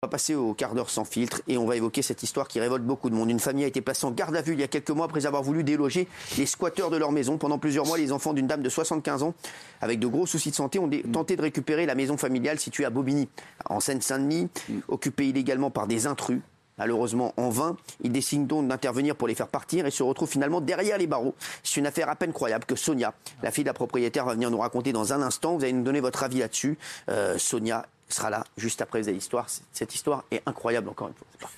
On va passer au quart d'heure sans filtre et on va évoquer cette histoire qui révolte beaucoup de monde. Une famille a été placée en garde à vue il y a quelques mois après avoir voulu déloger les squatteurs de leur maison. Pendant plusieurs mois, les enfants d'une dame de 75 ans, avec de gros soucis de santé, ont dé- tenté de récupérer la maison familiale située à Bobigny, en Seine-Saint-Denis, occupée illégalement par des intrus. Malheureusement en vain, ils décident donc d'intervenir pour les faire partir et se retrouvent finalement derrière les barreaux. C'est une affaire à peine croyable que Sonia, la fille de la propriétaire, va venir nous raconter dans un instant. Vous allez nous donner votre avis là-dessus. Euh, Sonia sera là juste après vous avez l'histoire. C- Cette histoire est incroyable encore une fois. C'est parti.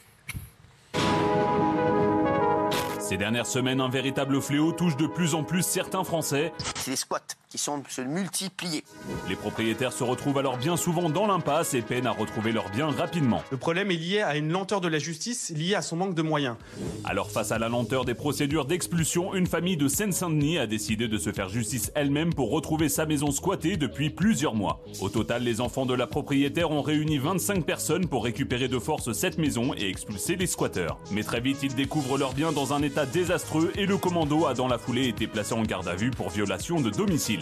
Ces dernières semaines, un véritable fléau touche de plus en plus certains Français. C'est les squats qui sont se multiplier. Les propriétaires se retrouvent alors bien souvent dans l'impasse et peinent à retrouver leurs biens rapidement. Le problème est lié à une lenteur de la justice, liée à son manque de moyens. Alors face à la lenteur des procédures d'expulsion, une famille de Seine-Saint-Denis a décidé de se faire justice elle-même pour retrouver sa maison squattée depuis plusieurs mois. Au total, les enfants de la propriétaire ont réuni 25 personnes pour récupérer de force cette maison et expulser les squatteurs. Mais très vite, ils découvrent leurs biens dans un état désastreux et le commando a dans la foulée été placé en garde à vue pour violation de domicile.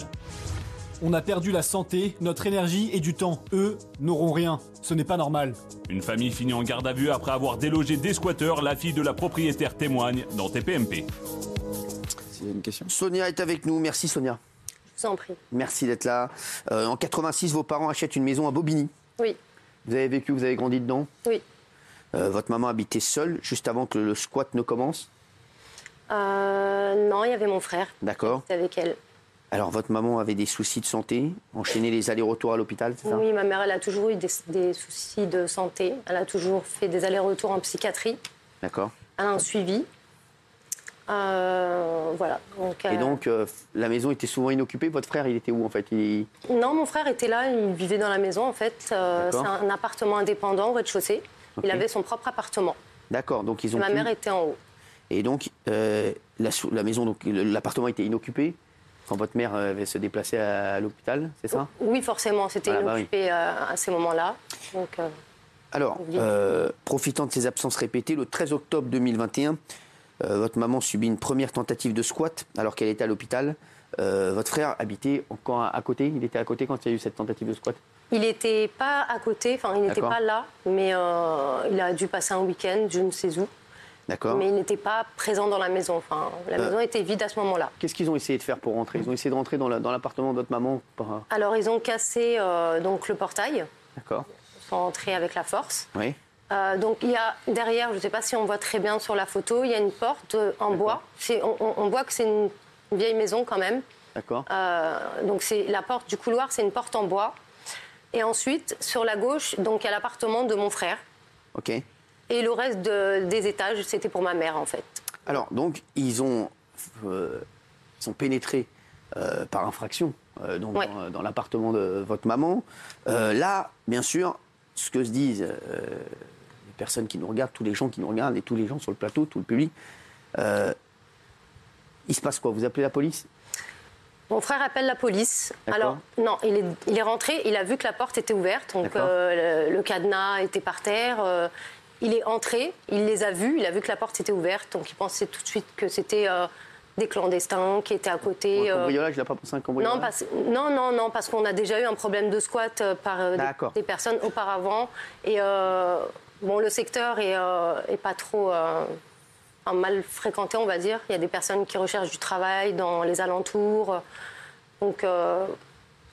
On a perdu la santé, notre énergie et du temps. Eux n'auront rien. Ce n'est pas normal. Une famille finit en garde à vue après avoir délogé des squatteurs, la fille de la propriétaire témoigne dans TPMP. S'il y a une question. Sonia est avec nous. Merci Sonia. Je vous en prie. Merci d'être là. Euh, en 86, vos parents achètent une maison à Bobigny. Oui, Vous avez vécu, vous avez grandi dedans. oui. Euh, votre maman habitait seule juste avant que le squat ne commence. Euh, non, il y avait mon frère. D'accord. C'était avec elle. Alors votre maman avait des soucis de santé, enchaînait les allers-retours à l'hôpital, c'est ça Oui, ma mère, elle a toujours eu des, des soucis de santé. Elle a toujours fait des allers-retours en psychiatrie. D'accord. Elle a un suivi. Euh, voilà. Donc, Et euh, donc euh, la maison était souvent inoccupée. Votre frère, il était où en fait Il- euh, Non, mon frère était là, il vivait dans la maison en fait. Euh, c'est D'accord. un appartement indépendant au rez-de-chaussée. Ok. Il avait son propre appartement. D'accord. Donc ils ont. ma pu- mère était en haut. Et donc, euh, la, sou- la maison, donc le- l'appartement était inoccupé quand votre mère euh, avait se déplacer à, à l'hôpital, c'est ça Oui, forcément, c'était Voilà, Hein bah oui. inoccupé euh, à ces moments-là. Donc, euh, Alors, euh, profitant de ces absences répétées, le 13 octobre 2021, euh, votre maman subit une première tentative de squat alors qu'elle était à l'hôpital. Euh, votre frère habitait encore à, à côté Il était à côté quand il y a eu cette tentative de squat Il n'était pas à côté, enfin il n'était D'accord. pas là, mais euh, il a dû passer un week-end, je ne sais où. D'accord Mais il n'était pas présent dans la maison. Enfin, la Euh. maison était vide à ce moment-là. Qu'est-ce qu'ils ont essayé de faire pour rentrer Ils ont essayé de rentrer dans la- dans l'appartement de votre maman par- Alors ils ont cassé euh, donc le portail, D'accord ils sont entrés avec la force. Oui Euh, donc il y a derrière, je ne sais pas si on voit très bien sur la photo, il y a une porte euh, en bois. C'est- On, on- on voit que c'est une vieille maison quand même. D'accord Euh, donc c'est la porte du couloir, c'est une porte en bois. Et ensuite sur la gauche, donc il y a l'appartement de mon frère. Ok. Et le reste de- des étages, c'était pour ma mère, en fait. Alors, donc, ils ont euh, ils sont pénétrés euh, par infraction euh, donc, Ouais. dans, dans l'appartement de votre maman. Euh, là, bien sûr, ce que se disent euh, les personnes qui nous regardent, tous les gens qui nous regardent et tous les gens sur le plateau, tout le public, euh, il se passe quoi Vous appelez la police Mon frère appelle la police. D'accord. Alors, non, il est, il est rentré, il a vu que la porte était ouverte, donc D'accord. euh, le, le cadenas était par terre. euh, il est entré, il les a vus, il a vu que la porte était ouverte, donc il pensait tout de suite que c'était euh, des clandestins qui étaient à Pour côté. Un euh, cambriolage, il n'a pas pensé à un cambriolage non, parce, non, non, non, parce qu'on a déjà eu un problème de squat euh, par euh, des- D'accord. des, personnes auparavant. Et euh, bon, le secteur est, euh, est pas trop euh, enfin, mal fréquenté, on va dire. Il y a des personnes qui recherchent du travail dans les alentours. Donc, euh,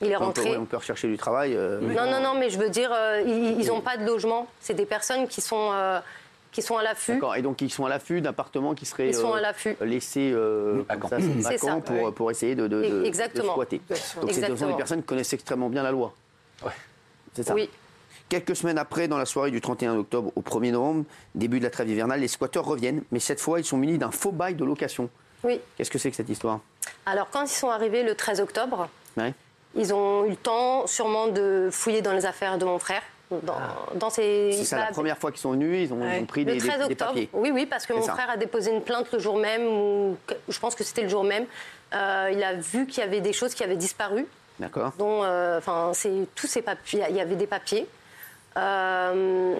il est on peut, rentré. ouais, on peut rechercher du travail. euh, Non, non, non, mais je veux dire, euh, ils n'ont pas de logement. C'est des personnes qui sont, euh, qui sont à l'affût. D'accord. Et donc, ils sont à l'affût d'appartements qui seraient Ils sont à euh, l'affût. laissés euh, comme ça, c'est C'est ça. vacants pour, Ouais. pour essayer de, de, de- de Exactement. squatter. Donc, c'est- ce sont des Exactement. personnes qui connaissent extrêmement bien la loi. C'est ça. Oui. Quelques semaines après, dans la soirée du 31 octobre au 1er novembre, début de la trêve hivernale, les squatteurs reviennent, mais cette fois, ils sont munis d'un faux bail de location. oui. Qu'est-ce que c'est que cette histoire Alors, quand ils sont arrivés le 13 octobre, Ouais. Ils ont eu le temps sûrement de fouiller dans les affaires de mon frère. Dans, dans ses, Ah. C'est ça la bah, première fois qu'ils sont venus, ils ont, ils ont pris Le des, des- 13 des octobre. papiers. oui, oui, parce que C'est mon ça. frère a déposé une plainte le jour même, ou que- je pense que c'était le jour même. Euh, il a vu qu'il y avait des choses qui avaient disparu, D'accord dont euh, enfin, c'est tous ces papiers. Il y avait des papiers. Euh,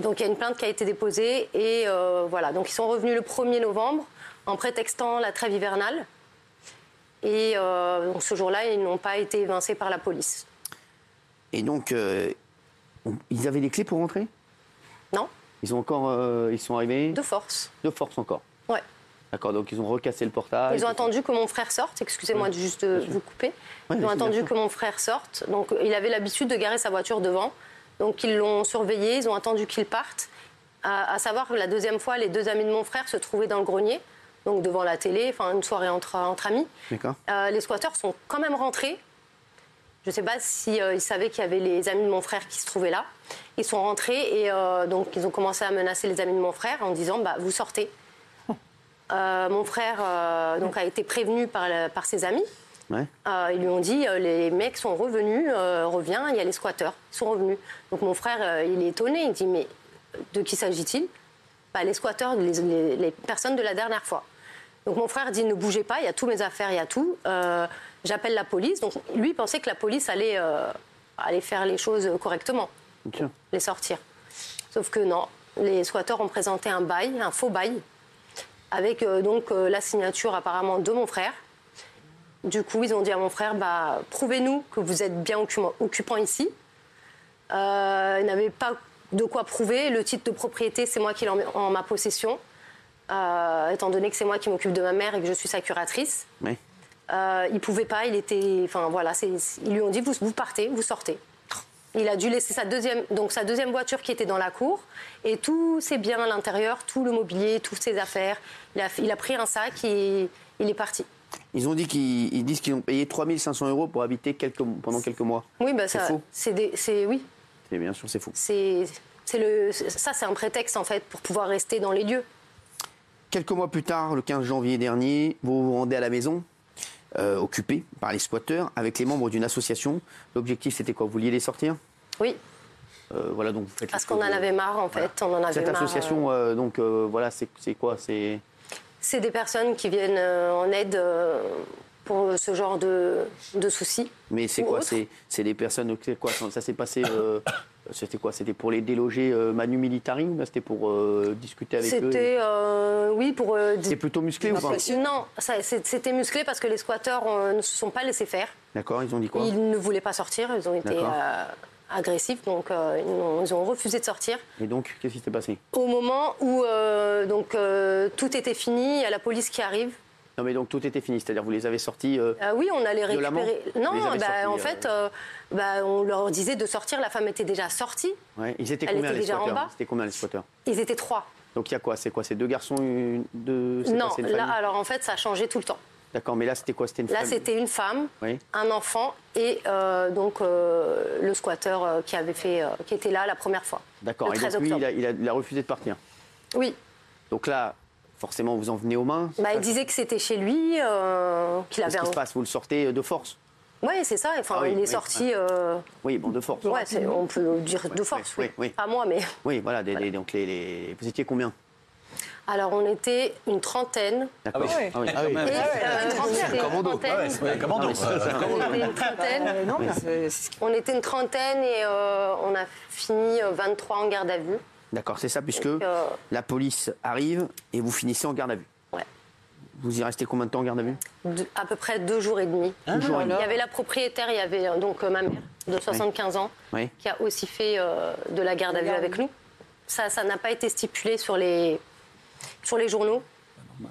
donc il y a une plainte qui a été déposée et euh, voilà. Donc ils sont revenus le 1er novembre en prétextant la trêve hivernale. Et euh, donc, ce jour-là, ils n'ont pas été évincés par la police. Et donc, euh, on- ils avaient des clés pour rentrer Non, Ils ont encore, euh, ils sont arrivés de force. de force encore. Ouais. D'accord, donc Ah, ils ont recassé le portail. Ils ont attendu que mon frère sorte, excusez-moi de juste de vous couper. Ouais, Ils mais ont c'est attendu bien que mon frère sorte. Donc, il avait l'habitude de garer sa voiture devant. Donc, ils l'ont surveillé, ils ont attendu qu'il parte. À, à savoir que la deuxième fois, les deux amis de mon frère se trouvaient dans le grenier, donc devant la télé, enfin une soirée entre, entre amis. D'accord. Euh, les squatteurs sont quand même rentrés. Je ne sais pas si euh, ils savaient qu'il y avait les amis de mon frère qui se trouvaient là. Ils sont rentrés et euh, donc ils ont commencé à menacer les amis de mon frère en disant bah, vous sortez. Oh. Euh, mon frère euh, donc a été prévenu par, la- par ses amis. Ouais. Euh, ils lui ont dit euh, les mecs sont revenus, euh, reviens, il y a les squatteurs, ils sont revenus. Donc mon frère, euh, il est étonné, il dit mais de qui s'agit-il Bah, Les squatteurs, les, les- les personnes de la dernière fois. Donc mon frère dit ne bougez pas, il y a tous mes affaires, il y a tout. Euh, J'appelle la police. Donc lui il pensait que la police allait, euh, allait faire les choses correctement, Tiens. les sortir. Sauf que non, les squatteurs ont présenté un bail, un faux bail, avec euh, donc euh, la signature apparemment de mon frère. Du coup, ils ont dit à mon frère, bah, prouvez-nous que vous êtes bien occu- occupant ici. Euh, ils n'avaient pas de quoi prouver. Le titre de propriété, c'est moi qui l'ai en, en ma possession, Euh, étant donné que c'est moi qui m'occupe de ma mère et que je suis sa curatrice. Ouais. Euh, il pouvait pas, il était. Enfin voilà, c'est- ils lui ont dit vous, vous partez, vous sortez. Il a dû laisser sa deuxième, donc sa deuxième voiture qui était dans la cour et tous ses biens à l'intérieur, tout le mobilier, toutes ses affaires. Il a, il a pris un sac et il est parti. Ils ont dit qu'ils ils disent qu'ils ont payé 3500 euros pour habiter quelques, pendant quelques mois. Oui, bah C'est ça, faux. c'est des- c'est oui, Et bien sûr, c'est fou. c'est c'est le ça c'est un prétexte en fait pour pouvoir rester dans les lieux. Quelques mois plus tard, le 15 janvier dernier, vous vous rendez à la maison, euh, occupée par les squatteurs, avec les membres d'une association. L'objectif, c'était quoi Vous vouliez les sortir Oui, Euh, Voilà, donc. vous faites parce les qu'on en choses, avait euh, marre en voilà. fait, on en avait Cette marre, euh, association, euh, donc euh, voilà, c'est c'est quoi C'est C'est des personnes qui viennent euh, en aide euh, pour ce genre de, de soucis. mais c'est Ou quoi autre. C'est c'est des personnes c'est quoi Ça, ça s'est passé. euh, c'était quoi C'était pour les déloger euh, manu militari ou bien c'était pour euh, discuter avec eux C'était, euh, oui, pour. euh, des- C'était plutôt musclé ou pas non, ça- c'est- c'était musclé parce que les squatteurs euh, ne se sont pas laissés faire. D'accord, ils ont dit quoi Ils ne voulaient pas sortir, ils ont été D'accord. euh, agressifs, donc euh, ils, ont, ils ont refusé de sortir. Et donc, qu'est-ce qui s'est passé Au moment où euh, donc, euh, tout était fini, il y a la police qui arrive. Non, mais donc tout était fini, c'est-à-dire vous les avez sortis. euh, Ah oui, on allait Violemment récupérer. Vous les Non, avez bah, sortis, en euh, fait, euh, bah, on leur disait de sortir, la femme était déjà sortie. ouais. Ils étaient Elle combien était les déjà en bas squatteurs C'était combien les squatteurs Ils étaient trois. Donc il y a quoi C'est quoi C'est deux garçons, une, deux. c'est Non, quoi, c'est une là, famille alors en fait, ça a changé tout le temps. D'accord, mais là c'était quoi C'était une Là, famille c'était une femme, Oui. un enfant et euh, donc euh, le squatteur euh, qui avait fait, euh, qui était là la première fois. D'accord. le Et 13 donc lui, il octobre. a, il a- il a refusé de partir. Oui, Donc là, forcément, vous en venez aux mains. bah, il disait que c'était chez lui, euh, qu'il avait Qu'est-ce qui se un. passe Vous le sortez euh, de force Ouais, c'est ça. Enfin, Ah oui, il est oui, sorti. euh, Oui, bon, de force. ouais, c'est- on peut dire de Ouais, force. ouais, Oui, oui, oui. Pas moi, mais Oui, voilà. des- des- donc les, les- vous étiez combien alors on était une trentaine. D'accord. Ah ouais. Ah oui. Et, euh, une trentaine, une Ah trentaine. commando. On était une trentaine. Ah, Euh, non, mais c'est- c'est- On était une trentaine et euh, on a fini euh, 23 en garde à vue. D'accord, c'est ça, puisque Donc, euh, la police arrive et vous finissez en garde à vue. Ouais. Vous y restez combien de temps en garde à vue de- à peu près deux jours et demi. Deux jours et demi. Il y avait la propriétaire, il y avait euh, donc euh, ma mère de 75 ans Oui. qui a aussi fait euh, de la garde à vue Garde. avec nous. Ça, ça n'a pas été stipulé sur les, sur les journaux. Euh,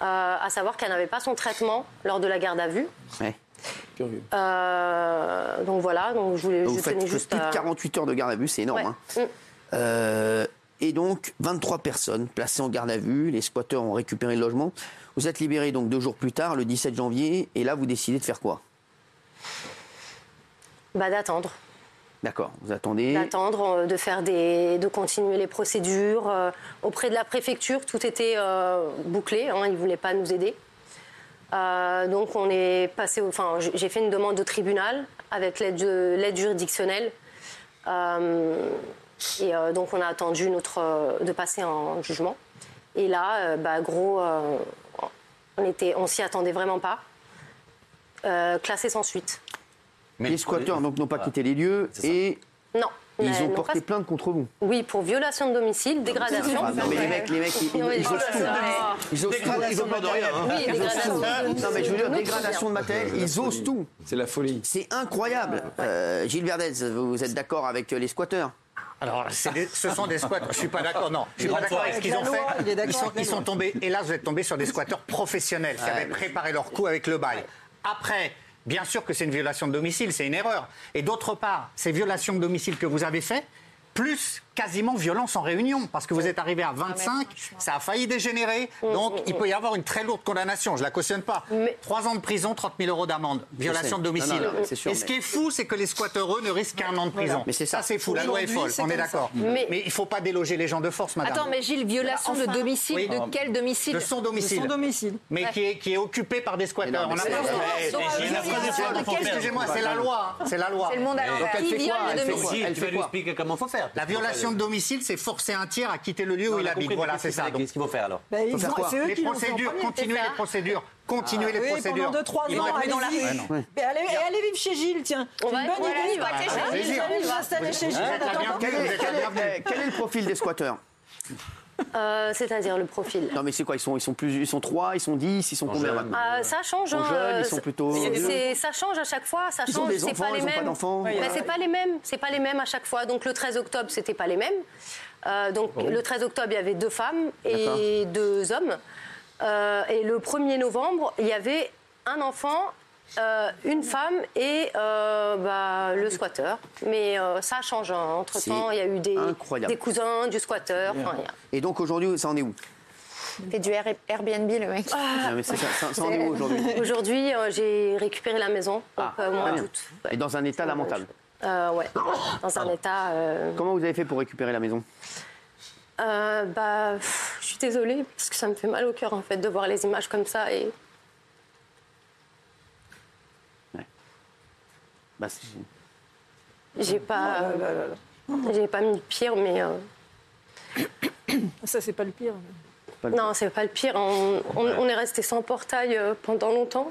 à savoir qu'elle n'avait pas son traitement lors de la garde à vue. Ouais. Curieux. Euh, donc voilà, donc je voulais Donc, Vous je tenais faites que juste plus de à- 48 heures de garde à vue, c'est énorme. hein. Ouais. Mm. Euh, et donc, 23 personnes placées en garde à vue. Les squatteurs ont récupéré le logement. Vous êtes libérés donc deux jours plus tard, le 17 janvier. Et là, vous décidez de faire quoi Bah, d'attendre. D'accord, vous attendez. d'attendre, euh, de faire des, de continuer les procédures euh, auprès de la préfecture. Tout était euh, bouclé, hein, ils voulaient pas nous aider. Euh, donc on est passé, au- enfin j- j'ai fait une demande au tribunal avec l'aide de- l'aide juridictionnelle. Euh, et euh, donc on a attendu notre euh, de passer en jugement. Et là, euh, bah, gros, euh, on était, on s'y attendait vraiment pas. Euh, classé sans suite. les euh, squatteurs donc n'ont pas quitté les lieux C'est ça. et Non. ils Euh, ont non, porté pas- plainte contre vous. Oui, pour violation de domicile, dégradation. Ah, non, mais les mecs, les mecs, ils, ils, Non, mais ils osent tout. Ah, Ils osent tout. Ils Dégradation ont de matériel. hein. oui, dégradation. Non, mais je veux dire, dégradation de matériel, ils osent tout. C'est la folie. C'est incroyable. Euh, Gilles Verdez, vous êtes d'accord avec euh, les squatteurs Alors, c'est des- ce sont des squatteurs. Je suis pas d'accord, non. Je suis pas d'accord avec ce qu'ils ont Avec la loi, il est fait. d'accord Ils sont, avec la ils sont loi. tombés. Hélas, vous êtes tombés sur des squatteurs professionnels Ah, qui avaient préparé leur coup avec le bail. Après. Bien sûr que c'est une violation de domicile, c'est une erreur. Et d'autre part, ces violations de domicile que vous avez faites, plus quasiment violence en réunion, parce que vous êtes arrivé à 25, ça a failli dégénérer, donc il peut y avoir une très lourde condamnation, je la cautionne pas. Mais- Trois ans de prison, 30 000 euros d'amende, violation de Non, non, domicile. non, mais c'est sûr, Et ce mais- qui est fou, c'est que les squatteurs, eux, ne risquent qu'un an de prison. Mais c'est ça. c'est fou, la loi est Aujourd'hui, folle, c'est on comme est d'accord. ça. Mm. Mais... Mais- il faut pas déloger les gens de force, madame. Attends, mais Gilles, violation Enfin. de domicile, Oui. de quel domicile De son domicile. Son domicile. Mais Ouais. qui est, qui est occupé par des squatteurs. Mais non, mais on a c'est- euh, pas- mais- Donc, mais- Gilles, mais- il y a mais- un mais- faut faire. Excusez-moi, c'est la loi. hein. C'est la loi. C'est le monde à l'envers. elle Qui fait quoi, viole elle le fait domicile quoi Si, elle tu fait vas lui quoi expliquer comment faut faire. La violation de domicile, c'est forcer un tiers à quitter le lieu où il habite. Voilà, c'est ça. Donc, Qu'est-ce qu'il faut faire alors Bah, ils faire ont- quoi C'est eux les qui l'ont fait en procédures, premier. continuez c'est les ça. procédures. Continuez les Oui, procédures. pendant 2-3 ans, Ils vont être mis dans la allez-y. rue. Mais allez, et allez vivre chez Gilles, tiens. C'est On une va- bonne on va aller idée. squatter chez Allez, Gilles. allez vous installer chez Gilles. Vous êtes la Attends, bienvenue, Quel est, vous êtes la quel est- bienvenue. eh, quel est le profil des squatteurs Euh, C'est-à-dire le profil. Non mais c'est quoi ils sont, ils sont plus ils sont 3, ils sont 10, ils sont combien maintenant Ah, ça Ils change. sont hein, Euh, jeunes, euh, ils sont c'est- plutôt- c'est- Il y a des- c'est- ça change à chaque fois. Ça Ils ont change. des C'est enfants, pas les ils ont pas mêmes. d'enfants. Mais c'est pas les mêmes. C'est pas les mêmes à chaque fois. Donc le 13 octobre, c'était pas les mêmes. Euh, donc Ah le 13 octobre, il y avait deux femmes et deux hommes. Euh, et le 1er novembre, il y avait un enfant. euh, une femme et euh, bah, le squatteur. Mais euh, ça change. Entre temps, C'est il y a eu des, incroyable. des cousins du squatteur. Enfin, il y a- Et donc aujourd'hui ça en est où Fait du Air- Airbnb, le mec. Ah, Non, mais c'est ça, ça- ça en est où aujourd'hui Aujourd'hui, euh, j'ai récupéré la maison. Donc, Ah, euh, moi, très en bien. doute. Et dans un état lamentable. Euh, ouais, dans un état. euh, Comment vous avez fait pour récupérer la maison euh, bah, pff, je suis désolée parce que ça me fait mal au cœur en fait de voir les images comme ça et Bah, c'est- j'ai pas, j'ai pas mis le pire, mais euh, Ça, c'est pas le pire. pas le- non, c'est pas le pire. On, on- on est resté sans portail euh, pendant longtemps.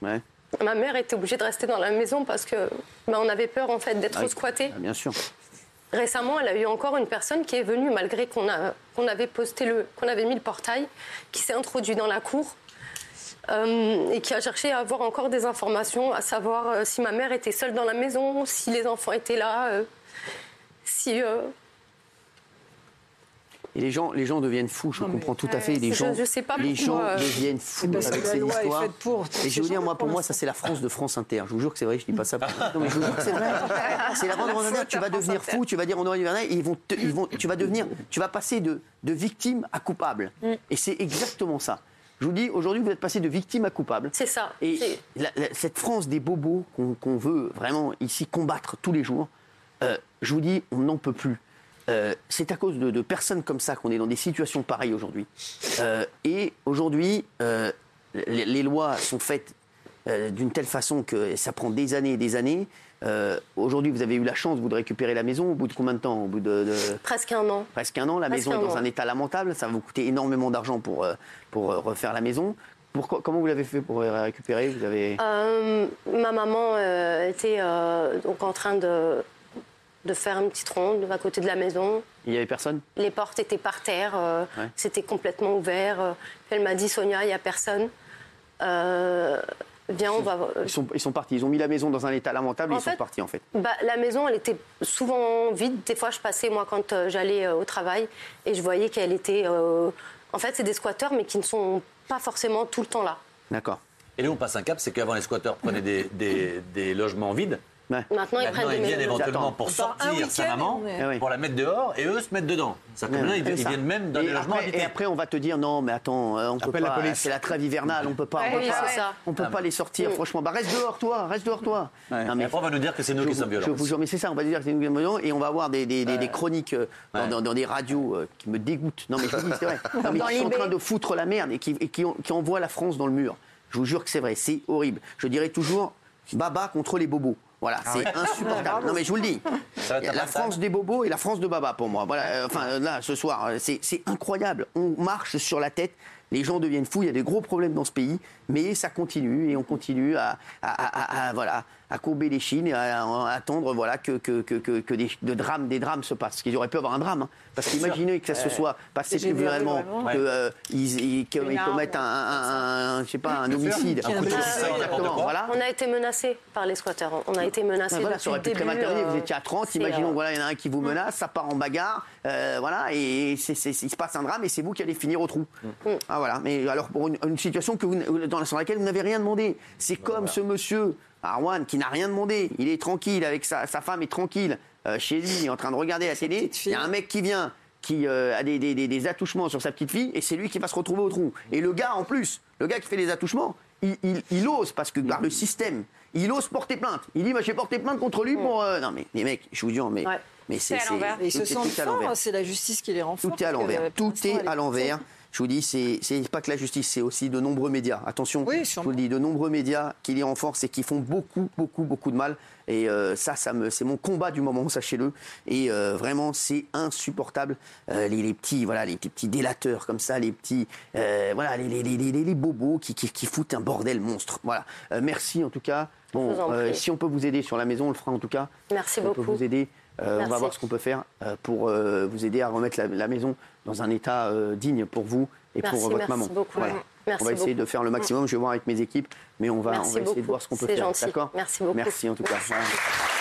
Ouais. Ma mère était obligée de rester dans la maison parce que bah, on avait peur en fait d'être Ah oui. squatté. Ah, bien sûr. Récemment, elle a eu encore une personne qui est venue malgré qu'on a- qu'on avait posté le, qu'on avait mis le portail, qui s'est introduit dans la cour euh, et qui a cherché à avoir encore des informations, à savoir euh, si ma mère était seule dans la maison, si les enfants étaient là, euh, si euh, Et les gens, les gens deviennent fous, je comprends tout à fait. Et Les je- gens, je sais pas les gens pourquoi, euh, deviennent fous parce que avec la ces loi est histoires. faite Et pour ces je veux dire, gens-là, moi, pour pour moi, ça c'est la France de France Inter. Je vous jure que c'est vrai, je dis pas ça. pour- Non, mais je vous jure que c'est vrai. C'est la France de France Inter. Tu vas devenir fou, tu vas dire on aurait Duvernay, et ils vont, te- ils vont, tu vas devenir, tu vas passer de, de victime à coupable. Et c'est exactement ça. Je vous dis, aujourd'hui, vous êtes passé de victime à coupable. c'est ça. Et C'est- la- la- cette France des bobos qu'on qu'on veut vraiment ici combattre tous les jours, euh, je vous dis, on n'en peut plus. Euh, c'est à cause de, de personnes comme ça qu'on est dans des situations pareilles aujourd'hui. Euh, et aujourd'hui, euh, les, les lois sont faites euh, d'une telle façon que ça prend des années et des années. Euh, aujourd'hui, vous avez eu la chance, vous, de récupérer la maison. Au bout de combien de temps Au bout de- de Presque un an. presque un an. La Presque maison est un dans an. un état lamentable. Ça va vous coûter énormément d'argent pour, euh, pour euh, refaire la maison. Pourquoi, comment vous l'avez fait pour la récupérer vous avez... Euh, ma maman euh, était euh, donc en train de, de faire une petite ronde à côté de la maison. Il n'y avait personne Les portes étaient par terre, euh, Ouais. c'était complètement ouvert. euh. Puis elle m'a dit Sonia, il n'y a personne. Euh, viens, on va. ils sont, ils sont partis. Ils ont mis la maison dans un état lamentable et En ils sont fait- partis en fait. Bah, la maison, elle était souvent vide. Des fois, je passais, moi, quand euh, j'allais euh, au travail, et je voyais qu'elle était. euh, En fait, c'est des squatteurs, mais qui ne sont pas forcément tout le temps là. D'accord. Et là, on passe un cap, c'est qu'avant, les squatteurs prenaient des, des, des logements vides. Ouais. Maintenant, ils Maintenant, prennent ils des viennent maisons. éventuellement pour Attends. On part un sortir sa week-end, maman, on est- Ah oui. pour la mettre dehors, et eux se mettent dedans. Ça Ouais, comme là, ils, c'est ils ça. viennent même dans et des logements après, et habités. après, on va te dire non, mais attends, euh, on peut Appelle la pas. police. C'est la trêve hivernale, on peut pas. on Ouais, peut pas, c'est ça. on peut pas les sortir. Franchement, bah reste dehors toi, reste dehors toi. Ouais. Non, Et après, on va nous dire que c'est nous Je qui vous- sommes violents. Je vous jure, mais c'est ça, on va dire que c'est une guerre mondiale, et on va avoir des, des- des- des chroniques euh, dans, Ouais. dans- dans des radios euh, qui me dégoûtent. Non, mais je vous dis, c'est vrai. Non, mais Dans qui sont en l'IB. train de foutre la merde et qui, et qui en- qui envoient la France dans le mur. Je vous jure que c'est vrai, c'est horrible. Je dirais toujours Baba contre les bobos. Voilà, Ah c'est insupportable. Non, mais je vous le dis. va être la La bataille. France des bobos et la France de Baba pour moi. Voilà, euh, enfin, euh, là, ce soir, euh, c'est c'est incroyable. On marche sur la tête. Les gens deviennent fous. Il y a des gros problèmes dans ce pays, mais ça continue et on continue à, à- à- à- à- voilà à courber les chines et à, à attendre voilà que que, que- que- que des, de drames des drames se passent. Ils auraient pu avoir un drame, hein. parce qu'imaginez que ça se soit passé J'ai plus vu, oui, vraiment, vraiment. que euh, ils, ils- qu'ils Une arme, commettent un, un- un- je sais pas un homicide. Un coup de Ah, fusil, oui. n'importe quoi. Voilà. On a été menacés par les squatteurs. On a été menacés Ah, voilà, depuis ça aurait Bah le pu début. très mal terminer. Vous euh, étiez à 30, c'est, imaginons, euh, voilà, il y en a un qui vous menace, ça part en bagarre, euh, voilà, et c'est- c'est- il se passe un drame et c'est vous qui allez finir au trou. Mm. Ah, voilà. Mais alors, pour une, une situation que vous, euh, dans, sur laquelle vous n'avez rien demandé, c'est comme ce monsieur, Arwan, qui n'a rien demandé, il est tranquille avec sa, sa femme, est tranquille euh, chez lui, en train de regarder la télé, il y a un mec qui vient qui euh, a des, des- des- des attouchements sur sa petite fille et c'est lui qui va se retrouver au trou. Et le gars en plus, le gars qui fait les attouchements, il, il- il ose parce que par le système, il ose porter plainte. Il dit bah, j'ai porté plainte contre lui pour euh, non mais les mecs, je vous dis mais Ouais. mais c'est C'est à c'est- l'envers. Et ils tout se est- sentent tout est à l'envers. forts, c'est la justice qui les rend forts. Tout est à parce que, euh, l'envers. pour Tout l'instant, elle est à l'envers. Je vous dis, c'est c'est pas que la justice, c'est aussi de nombreux médias. Attention, Oui, je sûrement. vous le dis, de nombreux médias qui les renforcent et qui font beaucoup, beaucoup, beaucoup de mal. Et euh, ça, ça me, c'est mon combat du moment, sachez-le. Et euh, vraiment, c'est insupportable. Euh, les, les petits, voilà, les, petits- petits délateurs comme ça, les petits, euh, voilà, les, les, les, les- les bobos qui, qui, qui foutent un bordel monstre. Voilà. Euh, merci en tout cas. Bon, vous en euh, prie. si on peut vous aider sur la maison, on le fera en tout cas. Merci on peut beaucoup. vous aider. Euh, on va Merci. voir ce qu'on peut faire euh, pour euh, vous aider à remettre la, la maison dans un état euh, digne pour vous et Merci, pour euh, votre merci maman. beaucoup. Voilà. Merci on va essayer beaucoup. Mm. de faire le maximum. Je vais voir avec mes équipes, mais on va, on Merci va essayer de beaucoup. voir ce qu'on peut C'est faire. gentil. D'accord Merci beaucoup. Merci en tout cas. Voilà.